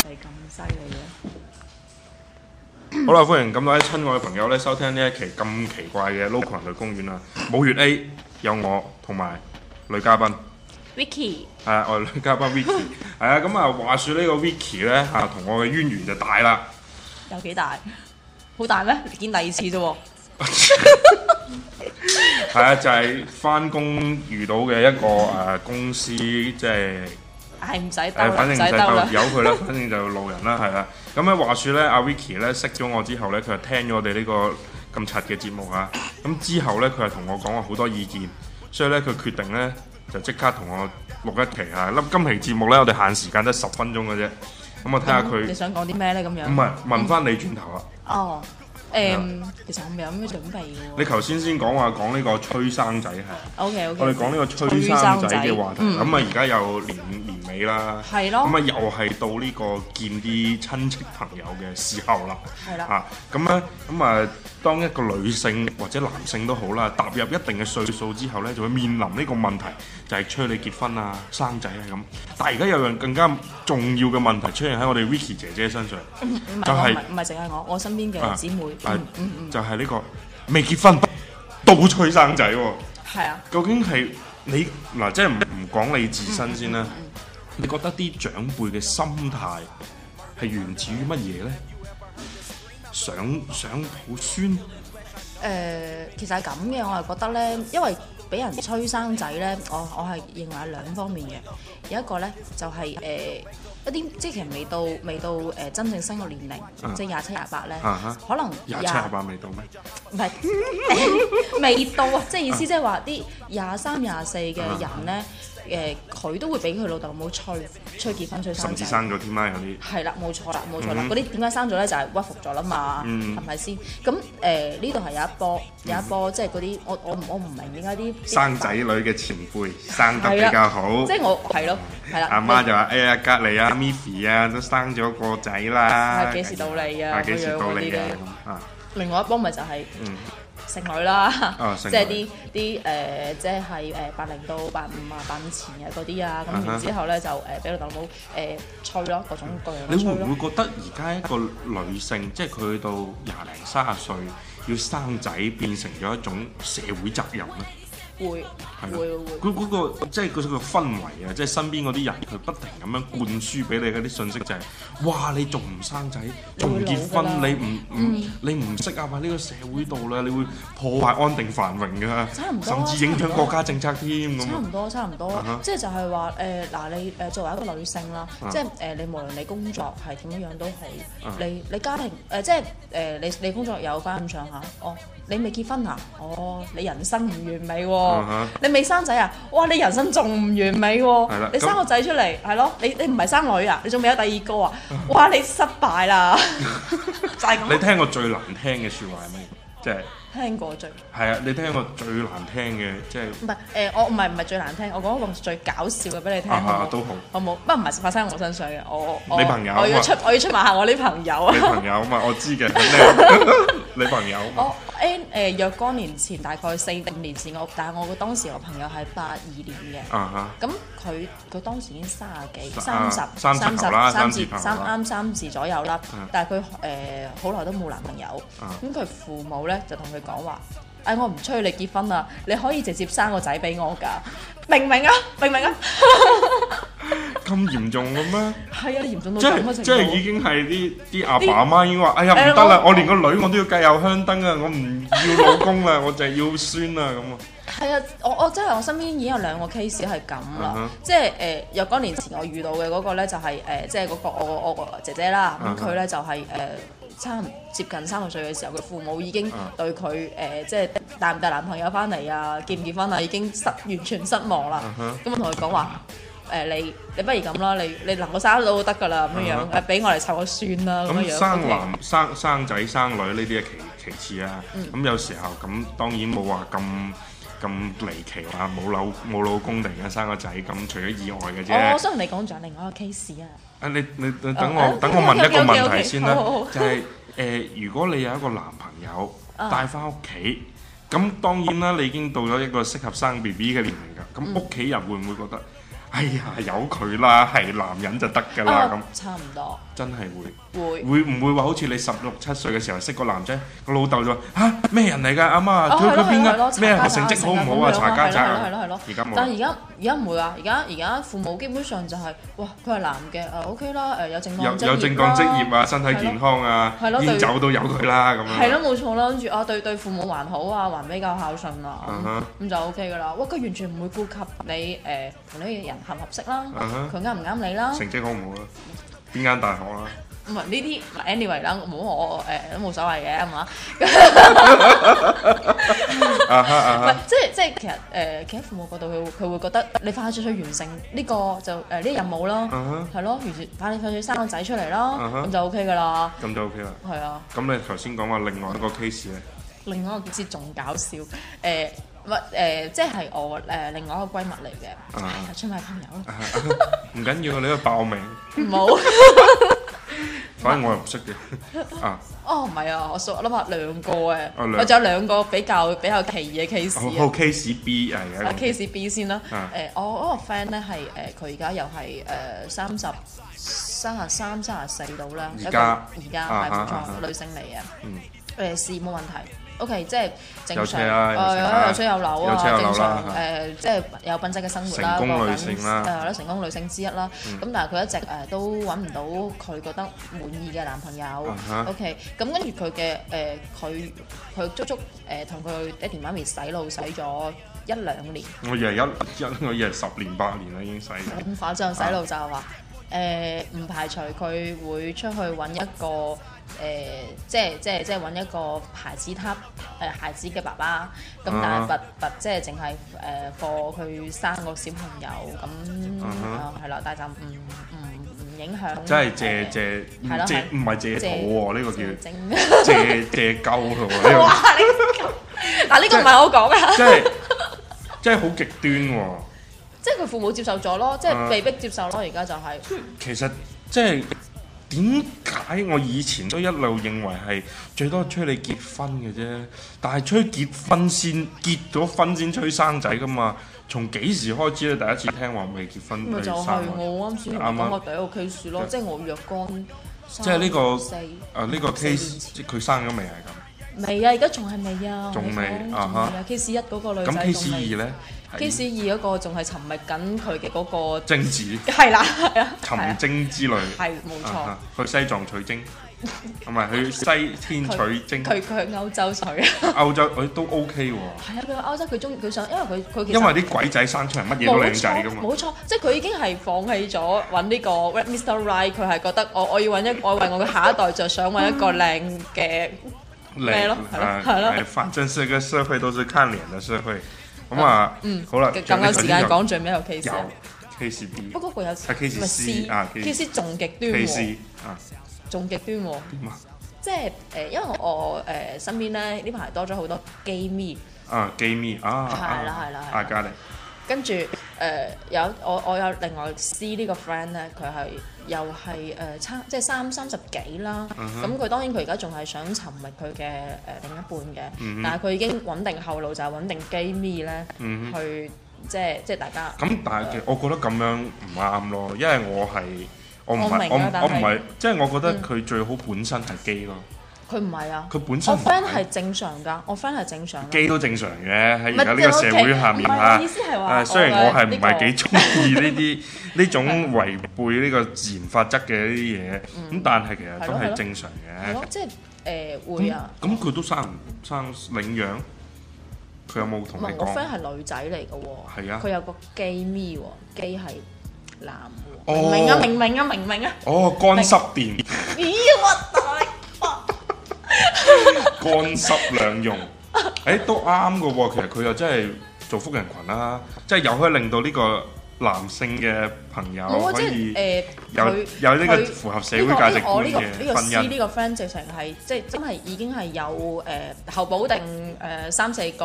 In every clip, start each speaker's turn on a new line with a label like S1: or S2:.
S1: 咁犀利嘅。
S2: 好啦，歡迎咁多位親愛嘅朋友咧收聽呢一期咁奇怪嘅 Local 人類公園啦。冇月 A 有我同埋女嘉賓，
S1: Vicky
S2: 係啊我係女嘉賓 Vicky，係啊。咁啊，話説呢個 Vicky 咧嚇同我嘅淵源就大啦。
S1: 有幾大？好大咩？見第二次啫喎。
S2: 係啊，就係翻工遇到嘅一個誒、呃公司，即係
S1: 唉，唔使兜
S2: 誒，
S1: 啦，
S2: 反
S1: 唔
S2: 正
S1: 使
S2: 就
S1: 兜啦
S2: 鬥。由佢啦，反正就路人啦，係啦。咁咧話説咧，阿 Vicky 咧識咗我之後咧，佢就聽咗我哋呢個咁柒嘅節目啊。咁之後咧，佢就同我講過好多意見，所以咧佢決定咧就即刻同我錄一期啊。咁今期節目咧，我哋限時間得十分鐘嘅啫。咁我睇下
S1: 你
S2: 佢，
S1: 想講啲咩咧？咁
S2: 唔
S1: 樣。
S2: 係問翻你轉頭啊！
S1: 哦，誒，其實我未有咩準備嘅
S2: 你
S1: 喎。
S2: 頭先先講話講呢個催生仔係，
S1: O K O K。
S2: 我哋講呢個催生仔嘅話題。
S1: 嗯
S2: 咁啊，而家又年年尾啦，
S1: 係咯
S2: 咁啊，又係到呢個見啲親戚朋友嘅時候啦。
S1: 係啦。
S2: 啊，咁咧，咁啊，當一個女性或者男性都好啦，踏入一定嘅歲數之後咧，就會面臨呢個問題，就係、催你結婚啊、生仔啊咁。但係而家有樣更加重要嘅問題出現喺我哋 Vicky 姐姐身上，
S1: 唔
S2: 就
S1: 係我唔
S2: 係
S1: 係唔係淨係我，我身邊嘅姊妹。
S2: 啊
S1: 嗯嗯嗯。
S2: 就係呢個未結婚倒催生仔喎、
S1: 係啊。
S2: 究竟係你嗱，即係唔唔講你自身先啦，你覺得啲長輩嘅心態係源自於乜嘢咧？想想抱孫。
S1: 誒、呃其實係咁嘅，我係覺得呢，因為俾人催生仔呢，我我係認為係兩方面嘅。有一個呢，就係、誒、一啲即係其實未到未到誒、真正生育年齡，
S2: 嗯
S1: 即係廿七廿八呢，
S2: 啊哈
S1: 可能
S2: 廿七廿八未到咩？
S1: 唔係未到啊！即係 意思即係話啲廿三廿四嘅
S2: 啊
S1: 人呢，誒、佢都會俾佢老豆老母催催結婚催生
S2: 甚至
S1: 仔。
S2: 生咗添啦，有啲
S1: 係啦，冇錯啦，冇錯啦。
S2: 嗯
S1: 嗰啲點解生咗咧？就係、屈服咗啦嘛，
S2: 嗯嗯
S1: 係咪先？咁誒呢度係有一波，有一波即係嗰啲我我唔我唔明點解啲
S2: 生仔，女嘅前輩生得比較好
S1: 啊即。係我係咯，係啦。
S2: 阿媽就話：哎呀，隔離啊 Miffy 啊都生咗個仔啦。
S1: 啊幾時到你啊
S2: 啊幾時到你
S1: 咁樣嗰啲？
S2: 啊咁啊，
S1: 另外一波咪就係
S2: 嗯，
S1: 剩女啦，
S2: 啊
S1: 即
S2: 剩女
S1: 係啲啲誒，即係誒八零到八五啊，八五前嘅嗰啲啊，
S2: 啊
S1: 咁
S2: 哈
S1: 然之後咧就誒俾老豆老母誒催咯，各種各樣
S2: 你
S1: 咁
S2: 會
S1: 催咯
S2: 唔。會覺得而家一個女性，即係佢到廿零三十歲要生仔，變成咗一種社會責任咧？
S1: 會
S2: 係
S1: 會會會
S2: 咯，佢嗰、個即係佢個氛圍啊，即係身邊嗰啲人，佢不停咁樣灌輸俾你嗰啲信息就係、哇，你仲唔生仔，仲唔結婚，
S1: 你會老㗎啦
S2: 你唔唔、你唔適合喺呢個社會度啦，你會破壞安定繁榮㗎，
S1: 差唔多
S2: 甚
S1: 啊
S2: 至影
S1: 差唔
S2: 響
S1: 多
S2: 國家政策添咁。
S1: 差唔多，差唔多
S2: 啊哈，
S1: 即係就係話誒嗱，你誒作為一個女性啦
S2: 啊，
S1: 即係誒你無論你工作係點樣樣都好
S2: 啊，
S1: 你你家庭誒即係誒你你工作有翻咁上下，哦，你未結婚啊，哦，你人生唔完美喎
S2: 啊哈，
S1: 你未生仔啊，哇，你人生仲唔完美
S2: 係啦
S1: 喎，你
S2: 咁
S1: 生個仔出嚟係咯，你你唔係生女啊，你仲未有第二個啊，哇，你失 敗啦， 就係咁
S2: 你
S1: 咯，
S2: 聽過最難聽嘅説話係咩？即係
S1: 聽過最。
S2: 係啊，你聽過最難聽嘅即係。
S1: 唔係誒，我唔係唔係最難聽，我講一個最搞笑嘅俾你聽，
S2: 啊
S1: 好冇？
S2: 都好
S1: 好冇？不過唔係發生喺我身上嘅，我我
S2: 你朋友啊
S1: 我要出我要出賣下我啲朋友啊
S2: 你！朋友嘛，我知嘅，肯定你朋友嘛，
S1: 我 N 誒若干年前，大概四五年前，我但係我當時我朋友係八二年嘅，
S2: 啊
S1: 咁佢佢當時已經三十幾、
S2: 啊
S1: 三十、
S2: 三字頭啦
S1: 三
S2: 三字
S1: 字
S2: 頭啦啊
S1: 三啱三字左右啦
S2: 嗯，
S1: 但係佢誒好耐都冇男朋友
S2: 啊，
S1: 咁佢父母咧就同佢講話。誒，我唔催你結婚啦，你可以直接生個仔俾我㗎，明唔明啊？明唔明啊？
S2: 嚇，咁嚴重嘅咩？
S1: 係啊，嚴重到
S2: 即
S1: 咁嘅
S2: 係
S1: 程
S2: 即係已
S1: 度。
S2: 經係啲啲阿爸阿媽已經話：哎呀唔得啦，我連個女我都要繼有香燈啊！我唔要老公啦， 我就係要孫啊咁啊！
S1: 係啊，我我真係我身邊已經有兩個 case 係咁啦
S2: 嗯哼
S1: 即係誒若干年前我遇到嘅嗰個咧就係、誒，即係嗰個我我我姐姐啦，
S2: 嗯
S1: 咁
S2: 哼
S1: 佢咧就係、誒。呃差唔接近三十歲嘅時候，佢父母已經
S2: 嗯
S1: 對佢誒、即係帶唔帶男朋友翻嚟啊，結唔結婚啊，已經失完全失望啦。
S2: 嗯
S1: 咁我同佢講話誒，你你不如咁啦，你你能夠生得到就得㗎啦，咁樣
S2: 嗯
S1: 樣誒，俾我嚟湊個孫啦，咁樣
S2: 咁
S1: 樣。
S2: 生
S1: OK
S2: 男生生仔生女呢啲係其其次啊。
S1: 嗯
S2: 咁有時候咁當然冇話咁咁離奇話冇老冇老公突然間生個仔咁，除咗意外嘅啫。
S1: 哦我我想同你講仲有另外一個 case 啊。
S2: 啊，你你你
S1: 啊
S2: 等
S1: 啊
S2: 我等我問一個
S1: OK，OK，OK，
S2: 問題先啦
S1: 好好好，
S2: 就係誒，如果你有一個男朋友
S1: 啊
S2: 帶翻屋企，咁當然啦，你已經到咗一個適合生 B B 嘅年齡㗎，咁屋企人會唔會覺得？哎呀，由佢啦， 係男人就得㗎啦咁
S1: 啊，，差唔多
S2: 真係會。
S1: 會。
S2: 會唔會話好似你十六七歲嘅時候識個男仔，個老豆就話嚇咩人嚟㗎？阿媽
S1: 哦
S2: 佢
S1: 係咯
S2: 佢邊
S1: 係咯
S2: 間
S1: 查
S2: 咩
S1: 家宅
S2: 成績好
S1: 成啊
S2: 唔好
S1: 咁樣
S2: 啊？
S1: 啊
S2: 查家宅
S1: 係咯係咯係咯
S2: 啊！而家
S1: 但係而
S2: 冇
S1: 家而家唔會啊！而家而家父母基本上就係、哇，佢係男嘅，誒、OK 啊啦，誒、有正當
S2: 有
S1: 職業
S2: 有正當職
S1: 啦
S2: 業啊，身體健康啊
S1: 係咯，對
S2: 煙酒都有佢啦咁
S1: 係
S2: 樣。
S1: 咯，冇錯啦。跟住啊，對對父母還好啊，還比較孝順
S2: 嗯
S1: 啊，
S2: 哼
S1: 咁就 O K 噶啦。哇，佢完全唔會顧及你誒同呢個人合唔合適啦
S2: 嗯哼，
S1: 佢啱唔啱你啦。
S2: 成績好唔好啊？邊間大學啊？
S1: 唔係呢啲唔係，anyway 啦，冇我誒都冇所謂嘅，係嘛？
S2: 啊哈啊
S1: 唔
S2: 哈
S1: 係，即係即係其實誒，企喺父母嗰度，佢會佢會覺得你快啲去完成呢個就誒呢個任務啦，
S2: 啊哈，
S1: 係咯，完全快啲快啲生個仔出嚟啦，
S2: 嗯哼
S1: 咁就 O K 噶啦，
S2: 咁就 OK 啦。
S1: 係啊。
S2: 咁你頭先講話另外一個 case 咧，
S1: 另外一個 case 仲搞笑，誒唔係誒，即係我誒、另外一個閨蜜嚟嘅，
S2: 啊
S1: 哎呀出賣朋友啦，
S2: 唔緊要，你都爆名，
S1: 唔好。
S2: 反正我又唔識 嘅。啊，
S1: 哦，唔係啊，我數我諗下兩個誒，
S2: 兩
S1: 我仲有兩個比較比較奇異嘅 case
S2: 好
S1: 啊
S2: 好 case B 係
S1: 啊。
S2: 嘅。
S1: case B 先啦，誒、
S2: 啊
S1: 我嗰個 friend 咧係誒，佢而家又係誒三十三十三、三十四度啦，一
S2: 而家
S1: 個而家
S2: 啊
S1: 係冇
S2: 啊啊
S1: 錯，女性嚟嘅，誒、
S2: 嗯
S1: 是冇問題。O.K. 即係正
S2: 有
S1: 常，
S2: 車啦有
S1: 誒
S2: 成啦
S1: 有車有樓
S2: 有車有
S1: 啊，
S2: 樓啦
S1: 正常
S2: 嚇
S1: 誒，即係有品質嘅生活啦，
S2: 成功
S1: 過緊
S2: 女性啦
S1: 誒係咯，成功女性之一啦。咁但係佢一直誒都揾唔到佢覺得滿意嘅男朋友
S2: 哈。
S1: O.K. 咁跟住佢嘅誒，佢佢足足誒同佢爹哋媽咪洗腦洗咗一兩年。
S2: 我以為一一，我以為十年八年啦已經使咗。
S1: 咁反正洗腦就係話誒，唔排除佢會出去揾一個誒、即係即係即係揾一個孩子塔誒、孩子嘅爸爸，咁但係
S2: 啊
S1: 拔拔即係淨係誒貨佢生個小朋友咁
S2: 啊哈
S1: 啊係啦，但係就唔唔唔影響，
S2: 真係借借
S1: 係咯
S2: 借
S1: 係
S2: 唔係借
S1: 借
S2: 土喎，呢個
S1: 借
S2: 叫
S1: 精。
S2: 借借鳩咯喎，
S1: 哇！
S2: 呢
S1: 你咁嗱呢個唔係我講啊噶
S2: 個，真係真係好極端喎。
S1: 即係佢父母接受咗咯，即
S2: 啊
S1: 係被逼接受咯。而家就係
S2: 其實即係點解我以前都一路認為係最多催你結婚嘅啫，但係催結婚先結咗婚先催生仔噶嘛？從幾時開始你第一次聽話未結婚
S1: 咪
S2: 未
S1: 就
S2: 生
S1: 係
S2: 喎？
S1: 我啱先同你講我第一個 case 咯，即係我若干
S2: 即係呢個
S1: 三四
S2: 啊呢個
S1: 四年
S2: case 即係佢生咗未係咁？
S1: 未啊，而家仲係未啊，
S2: 仲未
S1: 我同你講
S2: 啊
S1: 仲
S2: 哈
S1: 未啊，case 一嗰個女
S2: 咁
S1: 仔仲
S2: case
S1: 未
S2: 二咧係
S1: case 二嗰個仲係沉迷緊佢嘅嗰個，
S2: 精子
S1: 係啦，係啊，係
S2: 沉
S1: 啊
S2: 精之類。
S1: 係冇錯
S2: 啊，去西藏 取經，唔係去西天取經，
S1: 佢佢去歐洲水，係
S2: 歐洲佢都 OK 喎，
S1: 啊，佢去歐洲佢中意佢想，因為佢佢其
S2: 因為
S1: 實。
S2: 啲鬼仔生出嚟乜嘢都
S1: 冇
S2: 靚仔
S1: 錯
S2: 噶，嘛，
S1: 冇錯，即係佢已經係放棄咗揾呢個 Mr. Right，佢係覺得我我要揾一我為我嘅下一代着想，揾 一個靚嘅咩咯係咯
S2: 啊
S1: 係咯嗯
S2: 係反正是個社會都是看臉嘅社會，咁啊，好啦，
S1: 咁有時間講最尾一個 case
S2: 有
S1: 啊。
S2: case D
S1: 不過佢有
S2: 係 case
S1: 唔係
S2: C，啊 case
S1: ，case 仲極端
S2: case
S1: 喎，
S2: E，啊
S1: 仲極端喎。
S2: 點啊
S1: 即係誒、因為我誒、身邊咧呢排多咗好多 gay 咪，
S2: 啊 gay me 啊，
S1: 係啦係啦係啦
S2: 啊隔離
S1: 跟住誒有我我有另外 C 呢個 friend 咧，佢係又係誒差即係三三十幾啦，
S2: 嗯
S1: 咁佢、當然佢而家仲係想尋覓佢嘅誒另一半嘅，
S2: 嗯哼
S1: 但係佢已經穩定後路就係穩定 gay 咪咧、
S2: 嗯
S1: 去即係即係大家
S2: 咁但係其實我覺得咁樣唔啱咯，因為我係我唔係我
S1: 我
S2: 唔
S1: 明啊但係嗯
S2: 我唔係，即係我覺得佢最好本身係 gay 咯，
S1: 佢唔係啊，
S2: 佢本身
S1: 我
S2: 唔
S1: friend 係正常㗎，我 friend 係正常㗎。
S2: 機都正常嘅喺
S1: 唔係
S2: 而家呢個社會下面
S1: 即係我
S2: 嚇
S1: 嘅意思係。話
S2: 誒，啊雖然我係
S1: 我
S2: 唔係
S1: 嘅呢個啊
S2: 幾中意 呢啲呢種違背呢個自然法則嘅呢啲嘢，咁但係其實
S1: 嗯係
S2: 都
S1: 咯係
S2: 係
S1: 咯
S2: 正常
S1: 係咯
S2: 嘅。，
S1: 即係誒、會
S2: 咁
S1: 啊。
S2: 咁佢都生唔生領養？佢有冇
S1: 唔
S2: 同
S1: 係
S2: 你
S1: 我
S2: 講？
S1: friend 係女仔嚟嘅喎，
S2: 係啊
S1: 佢有個基咪喎，基係男喎，
S2: 哦
S1: 明唔明啊？明唔明啊？明唔明啊？
S2: 哦，乾濕電，
S1: 咦！我大
S2: 乾濕 兩用，誒都啱嘅喎。其實佢又真係造福人群啦，即係又可以令到呢個男性嘅朋友
S1: 我
S2: 可
S1: 啊即係
S2: 以
S1: 誒
S2: 有
S1: 佢
S2: 有呢個
S1: 佢
S2: 符合社
S1: 呢
S2: 會
S1: 個
S2: 價值
S1: 呢個我
S2: 觀
S1: 呢個呢
S2: 嘅
S1: 個
S2: 婚
S1: C
S2: 姻。
S1: 呢個 friend 直情係即係真係已經係有誒後補定誒三四個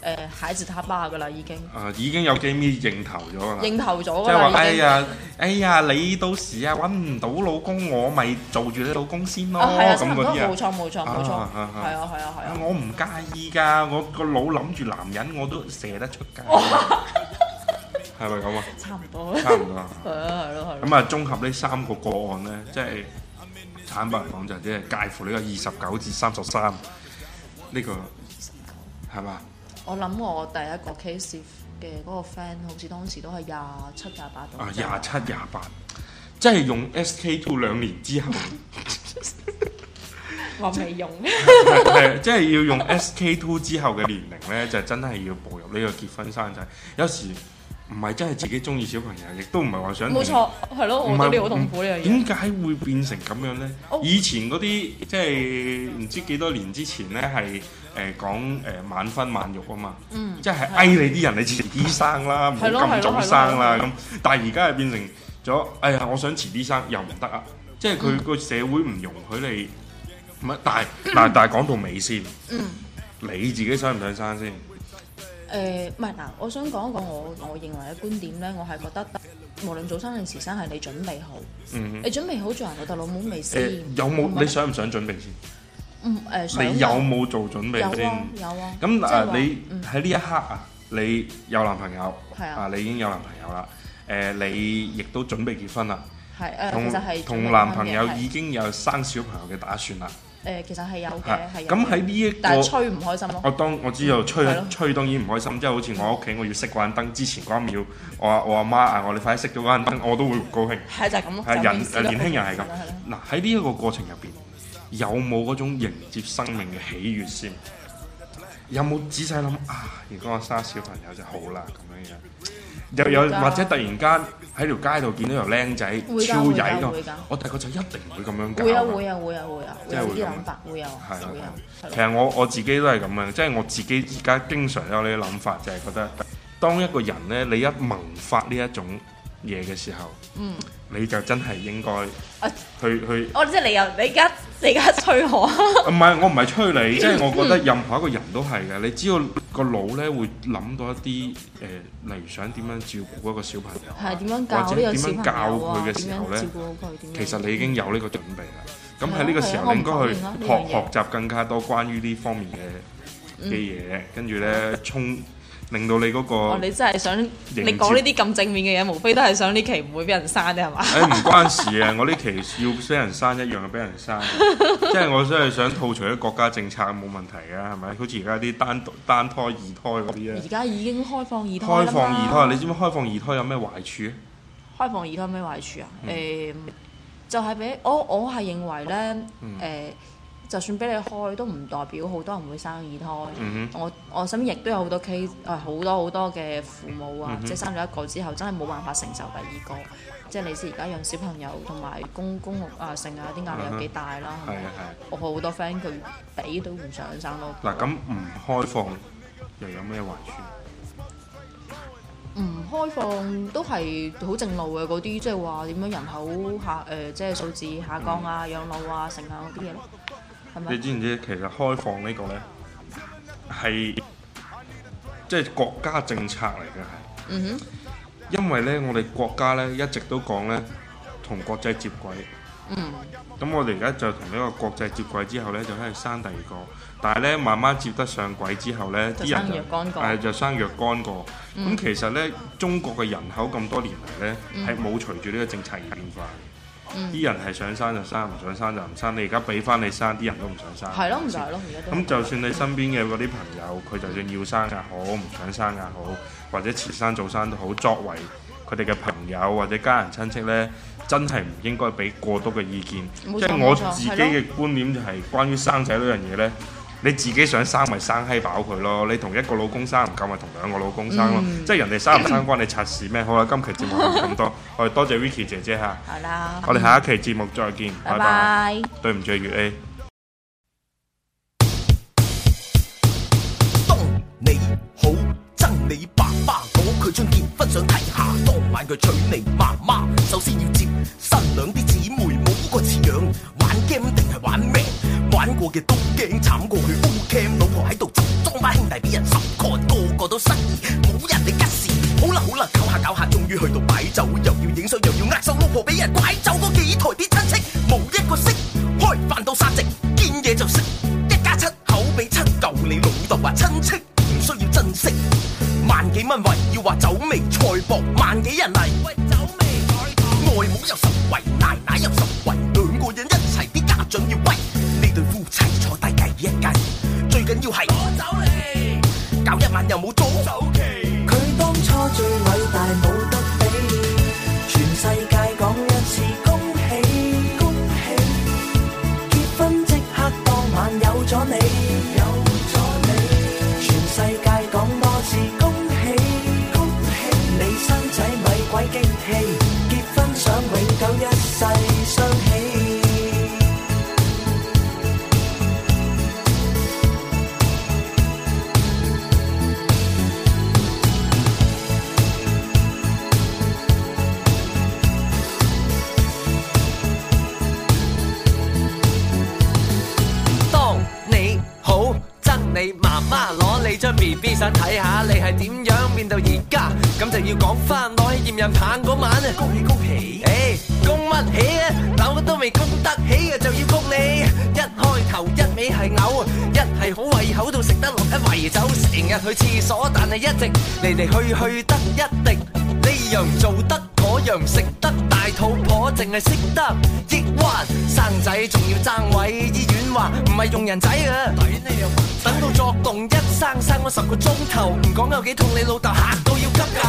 S1: 誒孩子他爸㗎啦，已經
S2: 啊、已經有機咪認頭咗㗎啦，
S1: 認頭咗
S2: 即
S1: 㗎
S2: 係話
S1: 啦，
S2: 哎
S1: 已經。
S2: 呀，哎呀，你到時啊揾唔到老公，我咪做住你老公先咯，
S1: 啊，係啊，
S2: 咁
S1: 差唔
S2: 嗰
S1: 多，
S2: 啲
S1: 冇
S2: 啊。
S1: 錯冇錯冇錯，係
S2: 啊
S1: 啊
S2: 啊啊
S1: 係啊係
S2: 啊
S1: 啊。
S2: 我唔介意㗎，我個腦諗住男人我都射得出㗎。係咪咁啊？
S1: 差唔多啦。
S2: 差唔多啊。
S1: 係啊，係咯，係咯。
S2: 咁啊，綜合呢三個個案呢，即係坦白嚟講就即係介乎呢個二十九至三十三呢個係嘛？
S1: 我諗我第一個 case 嘅嗰個 friend 好似當時都係廿七、廿八度。
S2: 啊，廿七廿八，即係用 SK two 兩年之後，
S1: 我未用。
S2: 係係即係要用 SK two 之後嘅年齡呢，就真係要步入呢個結婚生仔。有時唔係真係自己中意小朋友，亦都唔係話想同
S1: 冇錯，係咯，我覺得你好痛苦呢樣嘢。
S2: 點解會變成咁樣呢？
S1: 哦
S2: 以前嗰啲即係唔知幾多年之前呢，係誒講誒晚婚晚育啊嘛，
S1: 嗯，
S2: 即係翳你啲人你遲啲生啦，唔好
S1: 係咯
S2: 咁
S1: 係咯
S2: 早
S1: 係咯
S2: 生啦
S1: 係咯
S2: 咁。但係而家係變成咗，哎呀，我想遲啲生又唔得啊！即係
S1: 嗯
S2: 佢個社會唔容許你，唔係，但係 但係但係講到尾先，
S1: 嗯
S2: 你自己想唔想生先？
S1: 誒唔係嗱，我想講一個我我認為嘅觀點咧，我係覺得無論早生定遲生係你準備好，
S2: 嗯，
S1: 你準備好做人老豆老母未
S2: 誒、
S1: 先？
S2: 有冇
S1: 我
S2: 你
S1: 覺
S2: 想唔想準備先？
S1: 得唔誒想
S2: 你有冇做準備
S1: 有
S2: 先？
S1: 啊有啊，
S2: 咁
S1: 即係
S2: 啊
S1: 話，
S2: 你
S1: 嗯
S2: 喺呢一刻啊，你有男朋友，
S1: 係啊
S2: 你已經有男朋友啦，誒、你亦都準備結婚啦，
S1: 係誒
S2: 同
S1: 其實係
S2: 同男朋友
S1: 係
S2: 已經有生小朋友嘅打算啦，
S1: 誒其實係有嘅係
S2: 係
S1: 有
S2: 咁
S1: 嘅
S2: 喺呢一
S1: 但係
S2: 個，
S1: 吹唔開心咯。
S2: 我當我知道吹
S1: 係咯
S2: 吹當然唔開心，即係好似我喺屋企我要熄嗰盞燈之前嗰一秒，我話我阿媽啊嗌我你快啲熄咗嗰盞燈，我都會唔高興。
S1: 哦係就係咁咯，
S2: 係
S1: 就
S2: 人
S1: 件事咯
S2: 誒年輕人係咁
S1: 係啦係啦。
S2: 嗱喺呢一個過程入邊，有冇嗰種迎接生命嘅喜悅先？有冇仔細諗啊？如果我生小朋友就好啦咁樣樣，又有
S1: 會㗎
S2: 或者突然間喺條街度見到條僆仔
S1: 會㗎
S2: 超
S1: 會㗎
S2: 曳
S1: 會㗎
S2: 㗎，我大個就一定會咁樣搞
S1: 會啊
S2: 㗎。
S1: 會啊會啊會啊，會
S2: 真係
S1: 有
S2: 會
S1: 啲
S2: 咁
S1: 諗法，會有
S2: 係啊
S1: 會有。係
S2: 其
S1: 咯
S2: 實我我自己都係咁嘅，即係我自己而家經常有呢啲諗法，就係、覺得當一個人呢，你一萌發呢一種嘢嘅時候，
S1: 嗯，
S2: 你就真係應該
S1: 啊
S2: 去去
S3: 哦
S1: 我即係你又你 而家你而家催我，
S2: 唔係，我唔係吹 你，即係我覺得任何一個人都係嘅。你只要個腦咧會諗到一啲誒、呃例如想點樣照顧一個小朋友啊，
S1: 係點樣
S2: 或
S1: 教
S2: 者
S1: 呢個
S2: 點
S1: 小
S2: 樣
S1: 朋
S2: 教
S1: 友啊？
S2: 佢
S1: 點
S2: 嘅時候
S1: 樣照
S2: 咧，
S1: 顧好佢？點樣
S2: 其實你已經有呢個準備啦。咁
S1: 係啊
S2: 喺呢個時
S1: 係啊
S2: 候，
S1: 我唔
S2: 你應該
S1: 否
S2: 去
S1: 認啊呢樣
S2: 學
S1: 嘢嗯
S2: 學習更加多關於呢方面嘅嘅嘢，跟住咧衝令到你嗰、個
S3: 哦，你真係想
S2: 接
S3: 你講呢啲咁正面嘅嘢，無非都係想呢期唔會俾人刪啫，係嘛？
S2: 誒唔、關事啊！我呢期要俾人生一樣嘅俾人生，即係我真係想吐槽啲國家政策冇問題啊，係咪？好似而家啲單獨單胎、二胎嗰啲咧
S1: 而，家已經開放二胎啦
S2: 開放
S1: 嘛
S2: 二胎，你知唔知開放二胎有咩壞處啊？
S1: 開放二胎有咩壞處啊？
S2: 嗯
S1: 誒、就係、俾我我係認為咧，誒、
S2: 嗯
S1: 就算俾你開都唔代表好多人會生二胎。
S2: 嗯
S1: 我我身邊亦都有好多 case，誒好多好多嘅父母
S2: 嗯
S1: 啊，即係生咗一個之後，真係冇辦法承受第二個。即係你知而家養小朋友同埋公公屋啊、剩啊啲壓力有幾大啦，
S2: 哼，
S1: 係
S2: 係
S1: 咪
S2: 啊係啊。
S1: 我好多 friend 佢俾都唔想生咯。
S2: 嗱咁唔開放又有咩壞處？
S1: 唔開放都係好正路嘅嗰啲，即係話點樣人口下誒、呃即係數字下降啊、養老啊、成啊嗰啲嘢咯，係
S2: 嗯你
S1: 咪？
S2: 知唔知其實開放呢個呢係即係國家政策嚟嘅係。
S1: 嗯
S2: 因為咧，我哋國家咧一直都講咧同國際接軌。嗯。咁我哋而家就同呢個國際接軌之後咧，就喺度生第二個。但係咧，慢慢接得上軌之後咧，
S1: 就
S2: 啲人
S1: 生若干個嗯
S2: 係就生若干個。咁、其實咧，中國嘅人口咁多年嚟咧，係冇隨住呢個政策而變化
S1: 嗯
S2: 嘅。啲、人係想生就生，唔想生就唔生。你而家俾翻你生，啲人都唔想
S1: 哼，
S2: 生。
S1: 係咯，唔就係咯，而家都
S2: 啊咁就算你身邊嘅嗰啲朋友，佢就算要生也好，唔想生也好，或者遲生早生都好，作為佢哋嘅朋友或者家人親戚呢，真係唔應該俾過多嘅意見。
S1: 冇錯
S2: 即係我
S1: 冇錯
S2: 自己
S1: 係咯
S2: 嘅觀點就係關於生仔呢樣嘢呢，你自己想生咪生閪飽佢咯，你同一個老公生唔夠咪同兩個老公生咯，
S1: 嗯
S2: 即係人哋生唔生關你柒事咩？好啦，今期節目係咁多，我哋多謝 Vicky 姐姐嚇，
S1: 係啦，
S2: 我哋下一期節目再見，
S1: 拜
S2: 拜拜。
S1: 拜。
S2: 對唔住月 A。
S4: 當你好憎你爸爸，講佢將結婚相睇下，當晚佢娶你媽媽，首先要接新娘啲姊妹冇嗰個似樣，玩 game 定係玩命，玩過嘅都驚，慘過去 O cam，老婆喺度執裝班兄弟俾人十個個個都失意，冇人哋吉事。好啦好啦，搞下搞下，終於去到擺酒，又要影相又要握手，老婆俾人拐走，嗰幾台啲親戚冇一個識，開飯到殺直，見嘢就食，一家七口俾七嚿，你老豆話親戚唔需要珍惜，萬幾蚊圍要話酒味菜薄，兩個人一齊，啲家長要威，呢對夫妻坐低計一計，最緊要係攞走你，搞一晚又冇早走期。
S5: 佢當初最偉大冇得比，全世界講一次恭喜恭喜，結婚即刻當晚有咗你，有咗你，全世界講多次恭喜恭喜，你生仔咪鬼驚喜，結婚想永久一世相起。
S6: 當你好憎你媽媽攞你張 B B 相睇啊下你係點樣變到而家，咁就要講翻攞起驗孕棒嗰晚啊！
S4: 恭喜恭喜！
S6: 诶，供乜起啊？樓都未供得起啊，就要供你。一開頭一味係嘔，一係好胃口到食得落一圍走，成日去廁所，但係一直嚟嚟去去得一滴。呢樣做得，嗰樣食得，大肚婆淨係識得抑鬱，生仔仲要爭位，醫院話唔係用人仔啊。等到作動一生生咗十個鐘頭，唔講有幾痛，你老豆嚇到要急救。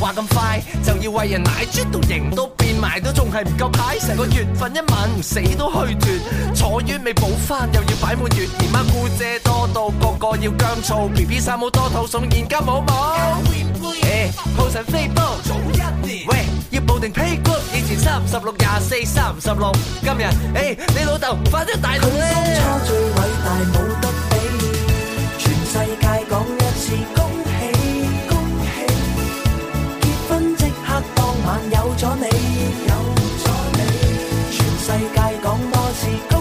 S6: 話咁快就要喂人奶，啜到型都變埋，都仲係唔夠牌。成個月瞓一晚唔死都虛脱，坐院未補翻，又要擺滿月。姨媽姑姐多到個個要姜醋，B B 衫好多肚，送現金好冇？誒，好神飛波，早一年。喂，要報定 pay good，以前三十六廿四三十六，今日誒你老豆發咗大
S5: 佢當初最偉
S6: 怒咧。
S5: 大冇得比，全世界講一次恭喜恭喜，結婚即刻當晚有咗你，有咗你，全世界講多次恭